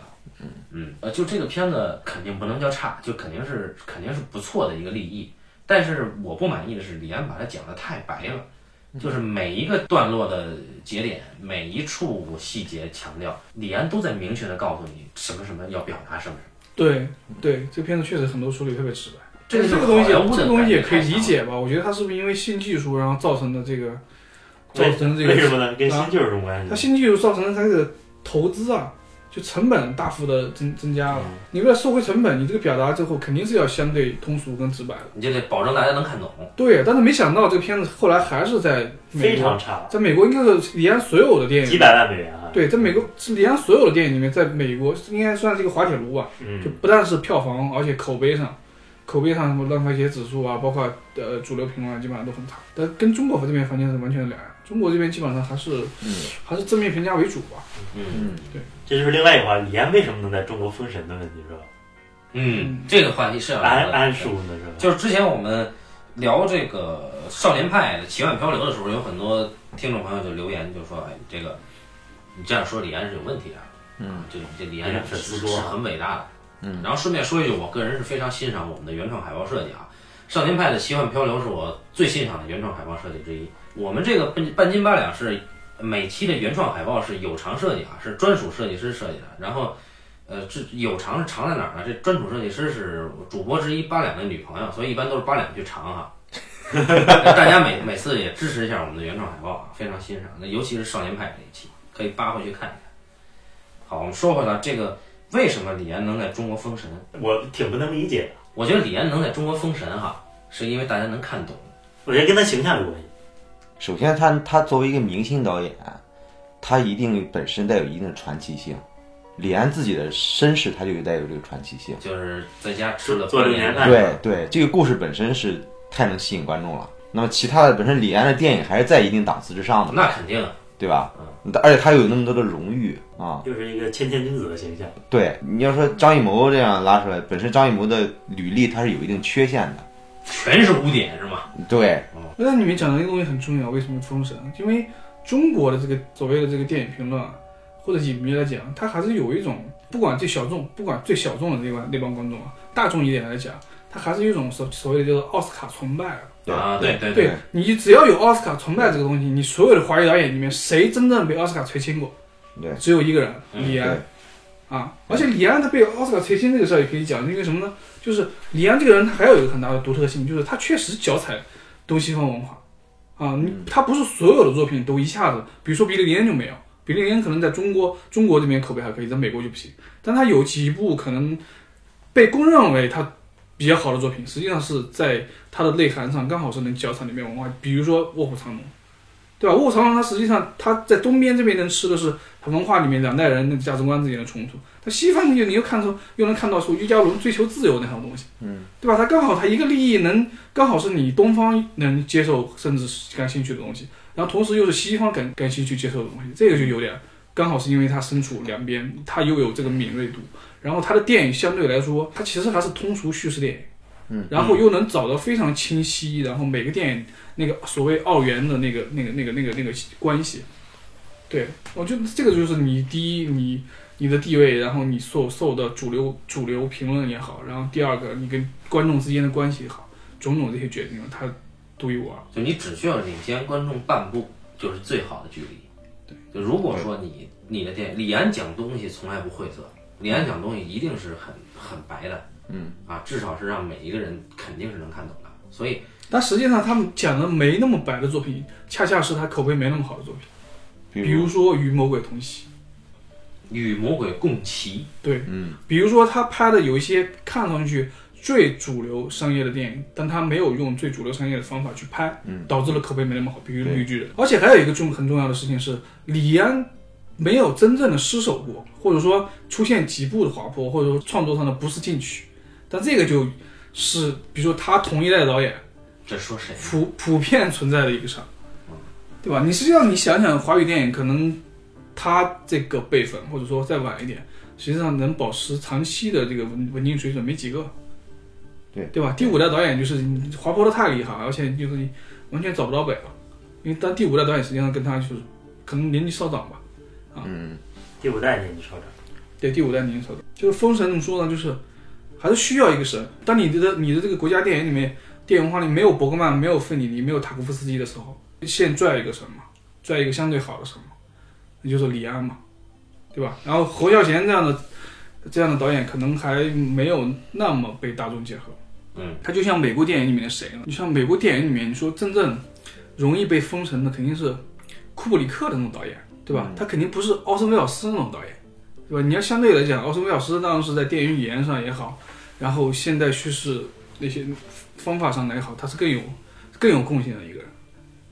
嗯，呃，就这个片子肯定不能叫差，就肯定是肯定是不错的一个立意。但是我不满意的是，李安把它讲得太白了，
嗯
就是每一个段落的节点，每一处细节强调，李安都在明确的告诉你什么什么要表达什么什么。
对对，这片子确实很多处理特别直白。
这个
这
就
个东西，
好莱坞的
这个东西也可以
感觉
理解吧？我觉得它是不是因为新技术，然后造成的这个，造
为
成这
为什
个，
么呢？跟新旧有什么关
它
系？
新技术造成它这个投资啊，就成本大幅的增增
嗯
加了。你为了收回成本，你这个表达之后肯定是要相对通俗跟直白的。
你就得保证大家能看懂。
对，啊但是没想到这个片子后来还是在美
非
国，
常差，
在美国应该是李安所有的电
几
影，
百万美元啊！
对，在美国是李安所有的电影里面，在美国应该算是一个滑铁卢吧。就
嗯，
不但是票房，而且口碑上，口碑上什么烂番茄指数啊，包括呃主流评论啊，基本上都很差。但跟中国这边环境是完全两样，中国这边基本上还是
嗯
还是正面评价为主吧。
嗯
嗯，
这就是另外一个话，李安为什么能在中国封神的问题是吧？
嗯，这个话题是要聊
嗯
安
的
安叔呢是吧？
就是之前我们聊这个少年派的奇幻漂流的时候，有很多听众朋友就留言就说：“哎，这个你这样说李安是有问题的。”
嗯，
就这李安
人家粉丝
是
多
是
啊
很伟大的。
嗯
然后顺便说一句，我个人是非常欣赏我们的原创海报设计啊，《少年派的奇幻漂流》是我最欣赏的原创海报设计之一。我们这个半半斤八两是每期的原创海报是有偿设计啊，是专属设计师设计的。然后，呃，这有偿是偿在哪儿呢？这专属设计师是主播之一八两的女朋友，所以一般都是八两去偿哈、大家每每次也支持一下我们的原创海报啊，非常欣赏。那尤其是少年派这一期，可以扒回去看一看。好，我们说回来，这个为什么李安能在中国封神？
我挺不能理解的，
我觉得李安能在中国封神哈，是因为大家能看懂。
我觉得跟他形象有关系。
首先他他作为一个明星导演，啊他一定本身带有一定的传奇性。李安自己的身世，他就带有这个传奇性。
就是在家吃了
做
八
做六年饭
对对，这个故事本身是太能吸引观众了。那么其他的本身李安的电影还是在一定档次之上的，
那肯定
对吧？
嗯
而且他有那么多的荣誉啊、
就是一个谦谦君子的形象。
对，你要说张艺谋这样拉出来，本身张艺谋的履历他是有一定缺陷的。
全是污点是吗？
对，
那你们讲的那个东西很重要，为什么封神？因为中国的这个所谓的这个电影评论啊，或者影迷来讲，他还是有一种不管最小众，不管最小众的那帮那帮观众啊，大众一点来讲，他还是有一种所所谓的叫做奥斯卡崇拜啊。
对
啊，对对
对你只要有奥斯卡崇拜这个东西，你所有的华语导演里面，谁真正被奥斯卡垂青过？
对
只有一个人，
嗯
李安。啊，而且李安他被奥斯卡垂青这个事儿也可以讲，因为什么呢？就是李安这个人，他还有一个很大的独特性，就是他确实脚踩东西方文化。啊，你他不是所有的作品都一下子，比如说《比利林恩》就没有，《比利林恩》可能在中国中国这边口碑还可以，在美国就不行。但他有几部可能被公认为他比较好的作品，实际上是在它的内涵上刚好是能交叉里面文化，比如说卧虎藏龙，对吧？卧虎藏龙它实际上它在东边这边能吃的是它文化里面两代人的价值观之间的冲突，但西方你就你又看出又能看到出玉家龙追求自由那套东西，嗯，对吧？它刚好它一个利益能刚好是你东方能接受甚至是感兴趣的东西，然后同时又是西方感感兴趣接受的东西，这个就有点刚好是因为它身处两边，它又有这个敏锐度，然后它的电影相对来说它其实还是通俗叙事电影。然后又能找到非常清晰，然后每个电影那个所谓澳元的那个那个那个那个那个关系，对我觉得这个就是你第一你你的地位，然后你受受的主流主流评论也好，然后第二个你跟观众之间的关系也好，种种这些决定了它独一无二。
就你只需要领先观众半步，就是最好的距离。对，就如果说你你的电李安讲东西从来不晦涩，李安讲东西一定是很很白的，嗯啊，至少是让每一个人肯定是能看懂的。所以
但实际上他们讲的没那么白的作品，恰恰是他口碑没那么好的作品，
比
比如说《与魔鬼同行》。
与魔鬼共骑，
对，嗯，比如说他拍的有一些看上去最主流商业的电影，但他没有用最主流商业的方法去拍，嗯，导致了口碑没那么好，比如《绿巨人》。而且还有一个重很重要的事情是，李安没有真正的失手过，或者说出现几步的滑坡，或者说创作上的不思进取。但这个就是，比如说他同一代的导演
这说谁呢？
普普遍存在的一个事儿，对吧？你实际上你想想，华语电影可能它这个辈分，或者说再晚一点，实际上能保持长期的这个文文静水准没几个，
对
对吧？第五代导演就是你滑坡的太厉害，而且就是完全找不到北了，因为但第五代导演实际上跟他就是可能年纪稍长吧，
嗯，
第五代年纪稍长，
对，第五代年龄稍长。就是封神怎么说呢？就是还是需要一个神。当你的你的这个国家电影里面，电影文化里没有伯格曼、没有费里尼、没有塔科夫斯基的时候，现拽一个神嘛，拽一个相对好的神嘛，那就是李安嘛，对吧？然后侯孝贤这样的这样的导演可能还没有那么被大众接受。
嗯，
他就像美国电影里面的谁呢？你像美国电影里面，你说真正容易被封神的肯定是库布里克的那种导演，对吧？他肯定不是奥斯威尔斯那种导演，对吧？你要相对来讲，奥斯威尔斯当然是在电影语言上也好，然后现代叙事那些方法上来也好，他是更有更有贡献的一个人。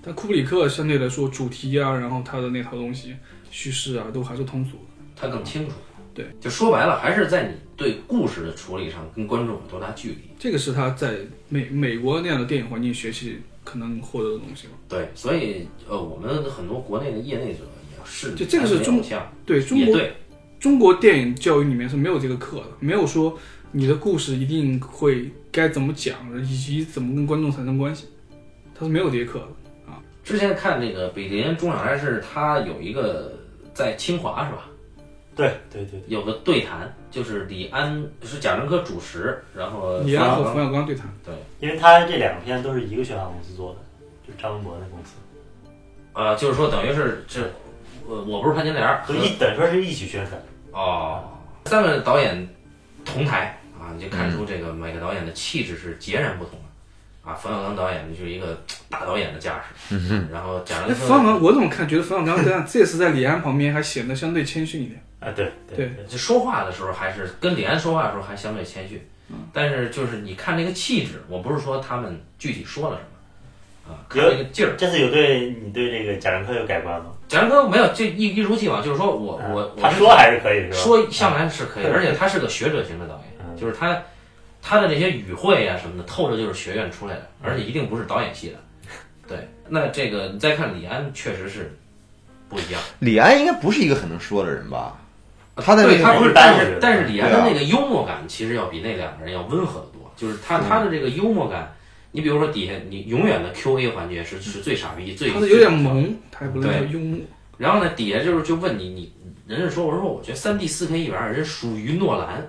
但库布里克相对来说，主题啊，然后他的那套东西、叙事啊，都还是通俗的。
他更清楚。
对，
就说白了，还是在你对故事的处理上跟观众有多大距离。
这个是他在美美国那样的电影环境学习可能获得的东西吧。
对，所以呃，我们很多国内的业内者也是，
就这个是中
向，
对中
也
国
对，
中国电影教育里面是没有这个课的，没有说你的故事一定会该怎么讲，以及怎么跟观众产生关系，它是没有这些课的。
之前看那个北林中场战事，他有一个在清华是吧？
对对对，
有个对谈，就是李安是贾樟柯主持，然后
李安和
呃冯
冯小刚对谈，
因为他这两片都是一个宣发公司做的，就是张文博的公司，
啊，就是说等于是这，我我不是潘金莲
就
和
一等于说是一起宣传。
哦，三个导演同台啊，你就看出这个
嗯
每个导演的气质是截然不同的啊。冯小刚导演就是一个大导演的架势，
嗯
然后贾
哎，
樟
冯小
柯
刚，我怎么看觉得冯小刚这样，这次在李安旁边还显得相对谦逊一点。
啊，对
对
对，
就说话的时候还是跟李安说话的时候还相对谦逊，
嗯
但是就是你看这个气质，我不是说他们具体说了什么啊，看这个劲儿。
这次有对你对这个贾樟柯有改观吗？
贾樟柯没有，就一一如既往，就是说我
啊
我
他
我是
说还是可以，是吧？
说向来是可以，
嗯
而且他是个学者型的导演，
嗯
就是他他的那些语汇啊什么的，透着就是学院出来的，而且一定不是导演系的。对，那这个你再看李安，确实是不一样。
李安应该不是一个很能说的人吧？他在那
对
个
他不是，
一般
但
我觉
是
得
但是李安的
对啊
那个幽默感其实要比那两个人要温和得多，就是他他的这个幽默感，你比如说底下你永远的 Q A 环节是是最傻逼最
他是有点
最
萌，他也不能说
对
幽默。
然后呢，底下就是就问你，你人家说，我说我觉得三 D、四 K 一百二人属于诺兰，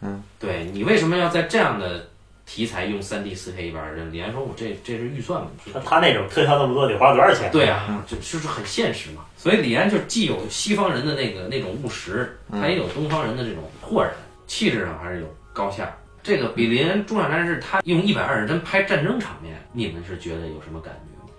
嗯，
对你为什么要在这样的题材用三 D、四 K 一百二人？李安说，我这这是预算嘛，
那他那种特效那么多得花多少钱？
对啊，就就是很现实嘛。所以李安就既有西方人的那个那种务实，他也有东方人的这种豁然，气质上还是有高下。这个比林《中场战事》，他用一百二十帧拍战争场面，你们是觉得有什么感觉吗？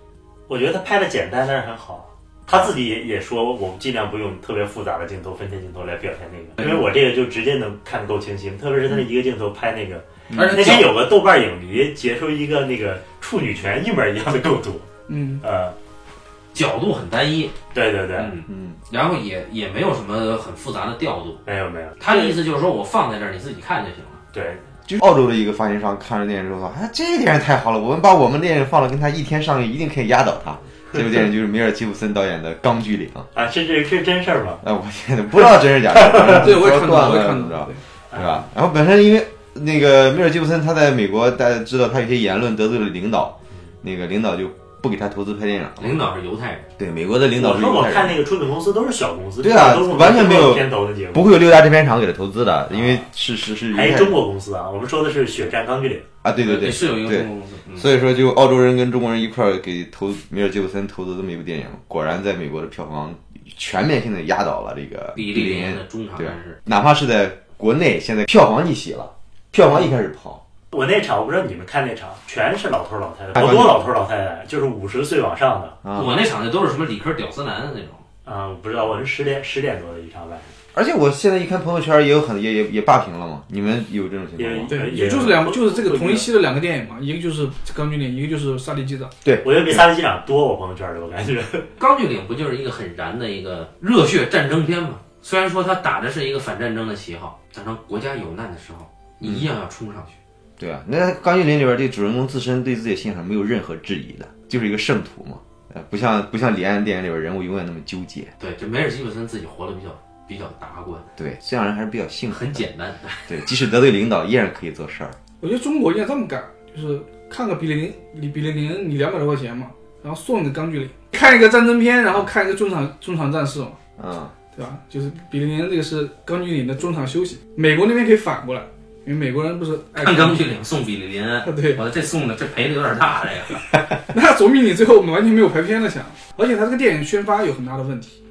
我觉得他拍的简单，但是很好。他自己也说，我尽量不用特别复杂的镜头、分切镜头来表现那
嗯
个，因为我这个就直接能看得够清晰。特别是他那一个镜头拍那个，
嗯
而且
嗯那天有个豆瓣影迷截出一个那个处女泉一模一样的构图，
嗯，
呃，
角度很单一，
对对对，
嗯，
嗯，
然后也也没有什么很复杂的调度。
没有没有，
他的意思就是说我放在这儿，你自己看就行了。
对，
就是澳洲的一个发行商看了电影之后说：“啊，这个电影太好了，我们把我们电影放了，跟他一天上映，一定可以压倒
，
他。”这部电影就是梅尔吉普森导演的《钢锯岭》。
啊，这这是真事儿吗？
哎，我天哪，不知道真是假的
对，我也看
说
到，
断
我也
了，
看
不知
到
道
对，，
对吧？然后本身因为那个梅尔吉普森他在美国，大家知道他有些言论得罪了领导，那个领导就不给他投资拍电影了。
领导是犹太人，
对，美国的领导
我
是
说
犹
我
太
看
人，
那个出品公司都是小公司，
对啊
都是我们
完全没有
片头的节目，
不会有六家制片厂给他投资的，因为是是是犹太
还有
人
中国公司啊，我们说的是《血战钢锯岭
啊，对对对，
是有一个
对
中国公司，嗯
所以说，就澳洲人跟中国人一块儿给投梅尔吉普森投资这么一部电影，果然在美国的票房全面性的压倒了这个
比
利
利林恩的中场
对
战事，
哪怕是在国内，现在票房逆袭了，票房一开始跑，》。
我那场我不知道你们看那场，全是老头儿老太太，
哎
好多老头儿老太太，就是五十岁往上的
啊
我那场就都是什么理科屌丝男的那种，
啊、我不知道，我是十点十点多的一场晚上，
而且我现在一看朋友圈，也有很也也也霸屏了嘛。你们有这种情况吗？
对，
也
也就是两，
也
就是这个同一期的两个电影嘛，一个就是《钢锯岭》，一个就是《沙利机长》。
我觉得比三位机长多，我朋友圈里我感觉，
《钢锯岭》不就是一个很燃的一个热血战争片吗？虽然说他打的是一个反战争的旗号，但当国家有难的时候，你一样要冲上去。
对啊，那《钢锯岭》里边这主人公自身对自己的信仰是没有任何质疑的，就是一个圣徒嘛。呃，不像不像李安电影里边人物永远那么纠结，
对，这梅尔吉普森自己活得比较比较达观，
对，这样人还是比较幸福的，
很简单。
对，即使得罪领导依然可以做事儿。
我觉得中国应该这么干，就是看个比利林比利林恩，你两百多块钱嘛，然后送你个钢锯岭，看一个战争片，然后看一个中场中场战事嘛，
嗯，
对吧？就是比利林恩这个是钢锯岭的中场休息，美国那边可以反过来，因为美国人不是爱
看钢锯岭送比利林恩，
对，
我这送的这赔的有点大，这个。
那总比你最后完全没有排片的强。而且他这个电影宣发有很大的问题，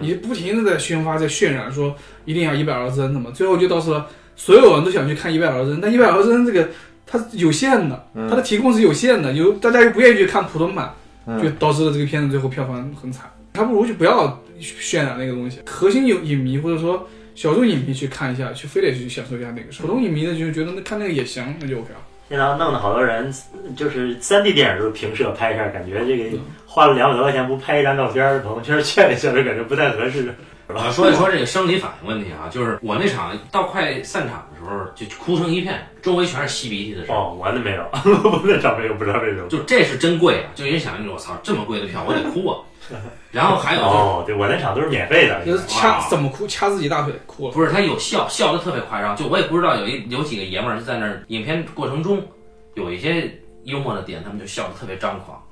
你不停的在宣发，在渲染说一定要一百二十帧什么，最后就导致了所有人都想去看一百二十帧，但一百二十帧这个它是有限的，它的提供是有限的，有大家又不愿意去看普通版，
嗯
就导致了这个片子最后票房很惨。还不如就不要渲染那个东西，核心有影迷或者说小众影迷去看一下，去非得去享受一下那个，普通影迷呢就觉得那看那个也行，那就 OK 了。
现在弄得好多人就是三 D 电影都平射拍一下，感觉这个花了两百多块钱不拍一张照片儿，朋友圈炫一下就感觉不太合适。
我要啊说一说这个生理反应问题啊，就是我那场到快散场的时候就哭成一片，周围全是吸鼻涕的声音。
哦，我那没有，哦我那张没有，不知道为什么。
就这是真贵啊！就人想，我操，这么贵的票我得哭啊！然后还有就是
哦，对我那场都是免费的，
就是掐
哇
怎么哭掐自己大腿哭了。
不是他有笑，笑的特别夸张。就我也不知道有一有几个爷们儿就在那儿，影片过程中有一些幽默的点，他们就笑的特别张狂。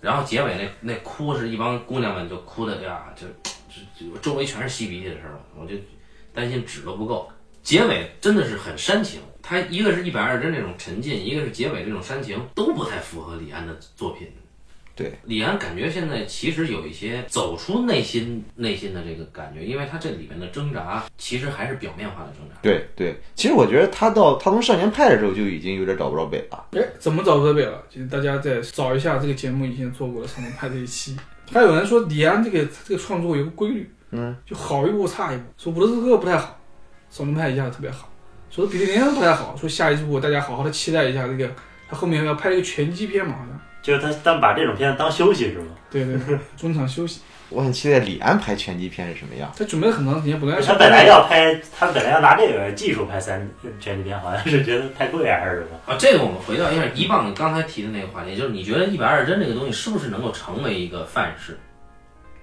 然后结尾那那哭是一帮姑娘们就哭的呀，就就就周围全是吸鼻涕的声儿，我就担心纸都不够。结尾真的是很煽情，它一个是一百二十帧这种沉浸，一个是结尾这种煽情，都不太符合李安的作品。
对，
李安感觉现在其实有一些走出内心内心的这个感觉，因为他这里面的挣扎其实还是表面化的挣扎。
对对，其实我觉得他到他从少年派的时候就已经有点找不着北了。
哎，怎么找设备了？就是大家再找一下这个节目以前做过的《少年派》这一期。还有人说李安这个他这个创作有个规律，
嗯，
就好一部差一部。说《伍德斯克》不太好，《少年派》一下子特别好；说《比利林恩》不太好，说下一部大家好好的期待一下这个他后面要拍一个拳击片嘛，好像。
就是他当把这种片子当休息是吗？
对对对，中场休息。
我很期待李安拍拳击片是什么样。
他准备了很长时间，本来
他
想
本来要拍，他本来要拿这个技术拍三呃全击片，好像是觉得太贵啊还是什么？
啊，这个我们回到一下一棒刚才提的那个话题，就是你觉得一百二十帧这个东西是不是能够成为一个范式？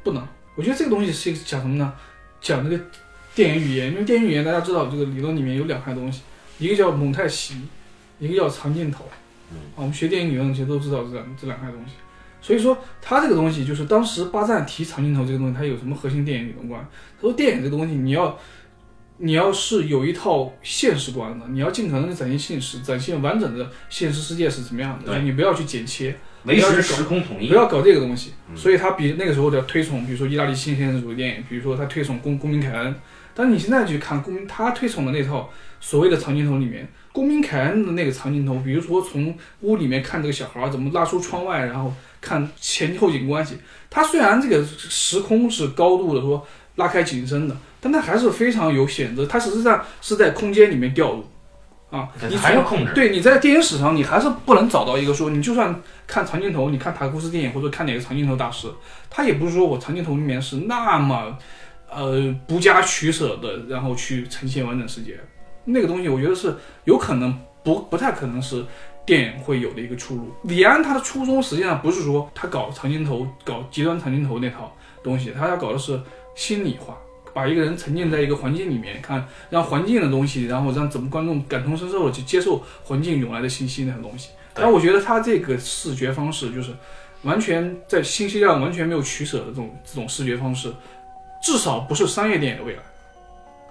不能。我觉得这个东西是讲什么呢？讲这个电影语言，因为电影语言大家知道，这个理论里面有两派东西，一个叫蒙太奇，一个叫长镜头。
嗯
啊，我们学电影理论其实都知道这两这两派东西。所以说，它这个东西就是当时巴赞提长镜头这个东西，它有什么核心电影理论观？他说电影这个东西，你要你要是有一套现实观的，你要尽可能的展现现实，展现完整的现实世界是怎么样的，
对
你不要去剪切。
维持时空统
你
一
不，要搞这个东西。
嗯
所以他比那个时候的推崇，比如说意大利新现实主义电影，比如说他推崇公公民凯恩。但你现在去看公，他推崇的那套所谓的长镜头里面，公民凯恩的那个长镜头，比如说从屋里面看这个小孩儿怎么拉出窗外，然后看前后景关系。他虽然这个时空是高度的说拉开景深的，但他还是非常有选择。他实际上是在空间里面掉入啊，你
还
从
要控制。
对，你在电影史上，你还是不能找到一个说，你就算看长镜头，你看塔库斯电影或者看哪个长镜头大师，他也不是说我长镜头里面是那么，呃，不加取舍的，然后去呈现完整世界。那个东西，我觉得是有可能不不太可能是电影会有的一个出路。李安他的初衷实际上不是说他搞长镜头、搞极端长镜头那套东西，他要搞的是心理化，把一个人沉浸在一个环境里面，看让环境的东西，然后让怎么观众感同身受的去接受环境涌来的信息那种东西。
对
但我觉得他这个视觉方式就是完全在信息量完全没有取舍的这种这种视觉方式，至少不是商业电影的未来，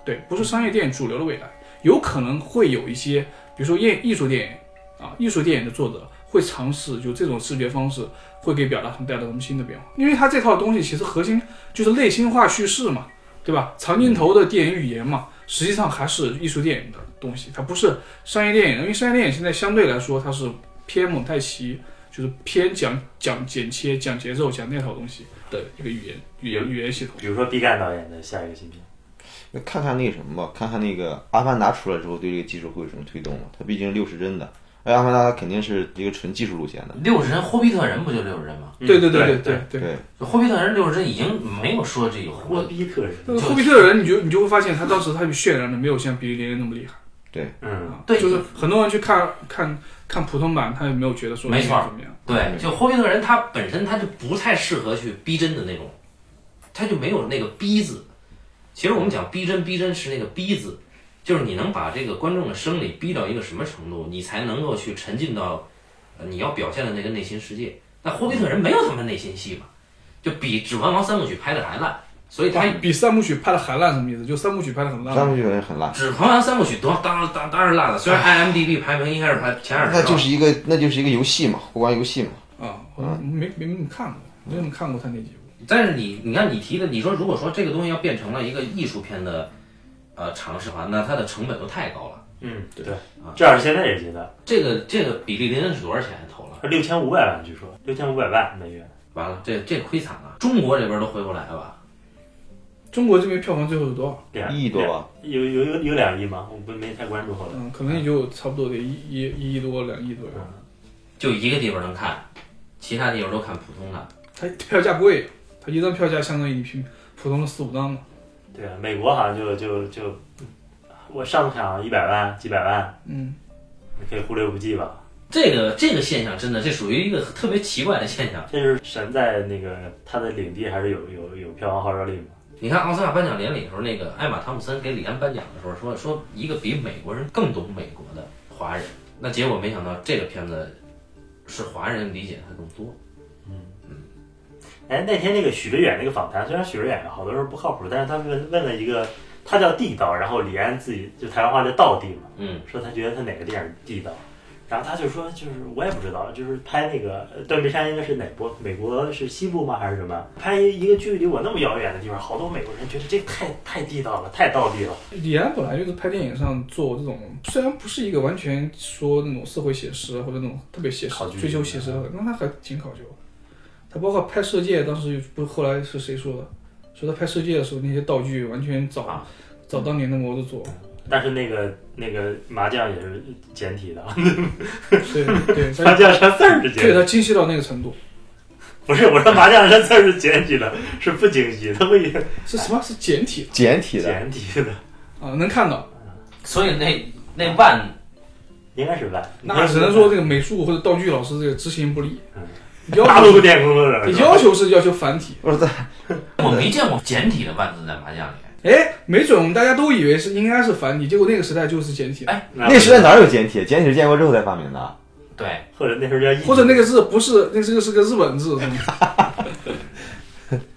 对，不是商业电影主流的未来，有可能会有一些，比如说艺艺术电影啊，艺术电影的作者会尝试就这种视觉方式，会给表达上带来什么新的变化，因为他这套东西其实核心就是类型化叙事嘛，对吧？长镜头的电影语言嘛，实际上还是艺术电影的东西，它不是商业电影，因为商业电影现在相对来说它是偏蒙太奇，就是偏讲讲剪切、讲节奏、讲那套东西的一个语言语言语言系统。
比如说毕赣导演的下一个新片，
那看看那个什么吧，看看那个《阿凡达》出来之后对这个技术会有什么推动嘛？它毕竟六十帧的，而《阿凡达》它肯定是一个纯技术路线的。
六十帧，霍比特人不就六十帧吗？
嗯
对
对
对
对
对对。
对，
就霍比特人六十帧已经没有说这有
霍
多
比特人，
那个霍比特人，你就你就会发现他当时他就渲染的没有像比利林恩那么厉害
嗯，
啊。
对
就是很多人去看看看普通版，他也没有觉得说
没错
怎么样。
嗯
对，就霍比特人他本身他就不太适合去逼真的那种，他就没有那个逼字。其实我们讲逼真，逼真是那个逼字，就是你能把这个观众的生理逼到一个什么程度，你才能够去沉浸到呃你要表现的那个内心世界。那霍比特人没有他们内心戏嘛，就比《指环王》三部曲拍的还烂，所以他
比三部曲拍的还烂什么意思？就三部曲拍的很
三
烂，
部曲很烂，
指环王三部曲当当当当然烂了，虽然 IMDB 排名一开始排前二十，
那就是一个那就是一个游戏嘛，互玩游戏嘛。
啊，我没没怎么看过，没怎么看过他那几部。
但是你你看你提的，你说如果说这个东西要变成了一个艺术片的呃尝试的话，那它的成本都太高了。
嗯，对
啊，
这样现在也觉得
这个这个比利林恩是多少钱投了？
六千五百万，据说六千五百万美元，
完了，这这亏惨了，中国这边都回不来吧？
中国这边票房最后有多少？
两
一亿多啊吧，
两有有有有两亿吗？我不没太关注后来。
嗯，可能也就差不多得一一一亿多两亿左右。
就一个地方能看，其他地方都看普通的。
它票价贵，它一张票价相当于你平普通的四五张嘛。
对啊，美国好像就就就，我上场一百万、几百万，
嗯，
你可以忽略不计吧。
这个这个现象真的，这属于一个特别奇怪的现象。
这就是神在那个他的领地还是有有有票房号召力嘛。
你看奥斯卡颁奖典礼的时候，那个艾玛汤姆森给李安颁奖的时候说说一个比美国人更懂美国的华人，那结果没想到这个片子是华人理解他更多。
哎，那天那个许知远那个访谈，虽然许知远好多人不靠谱，但是他问问了一个，他叫地道，然后李安自己就台湾话叫道地嘛，
嗯，
说他觉得他哪个电影地道，然后他就说就是我也不知道，就是拍那个呃断背山应该是哪国？美国是西部吗还是什么？拍一个距离我那么遥远的地方，好多美国人觉得这太太地道了，太道地了。
李安本来就是拍电影上做这种，虽然不是一个完全说那种社会写实啊或者那种特别写实
考究嗯
追求写实的，那他还挺考究。他包括拍《射界》，当时不是后来是谁说的？说他拍《射界》的时候那些道具完全找、
啊
找当年的模子做，
但是那个那个麻将也是简体的，
对对，他
麻将上字儿是简体
对
的，
他精细到那个程度，
不是我说麻将上字儿是简体的，是不精细，它会
是什么是简体
简体的，
简体的。
啊、能看到。
所以那那万
应该是万，
那只能说这个美术或者道具老师这个执行不力
嗯，
要
大
求
陆电影工作者是吧
要求是要求繁体，
不是在
我没见过简体的万字在麻将里。
哎，没准我们大家都以为是应该是繁体，结果那个时代就是简体，
哎
那时代哪有简体？简体是建国之后才发明的。啊
对，
或者那时候叫译
或者那个字不是，那这个是个日本字，是吗？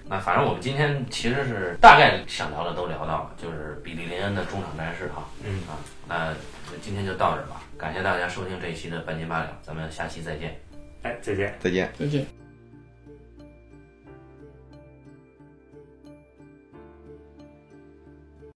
那反正我们今天其实是大概想聊的都聊到了，就是比利林恩的中场战事哈。
嗯
啊，那今天就到这儿吧，感谢大家收听这一期的半斤八两，咱们下期再见。
哎，再见。
再见。
再见。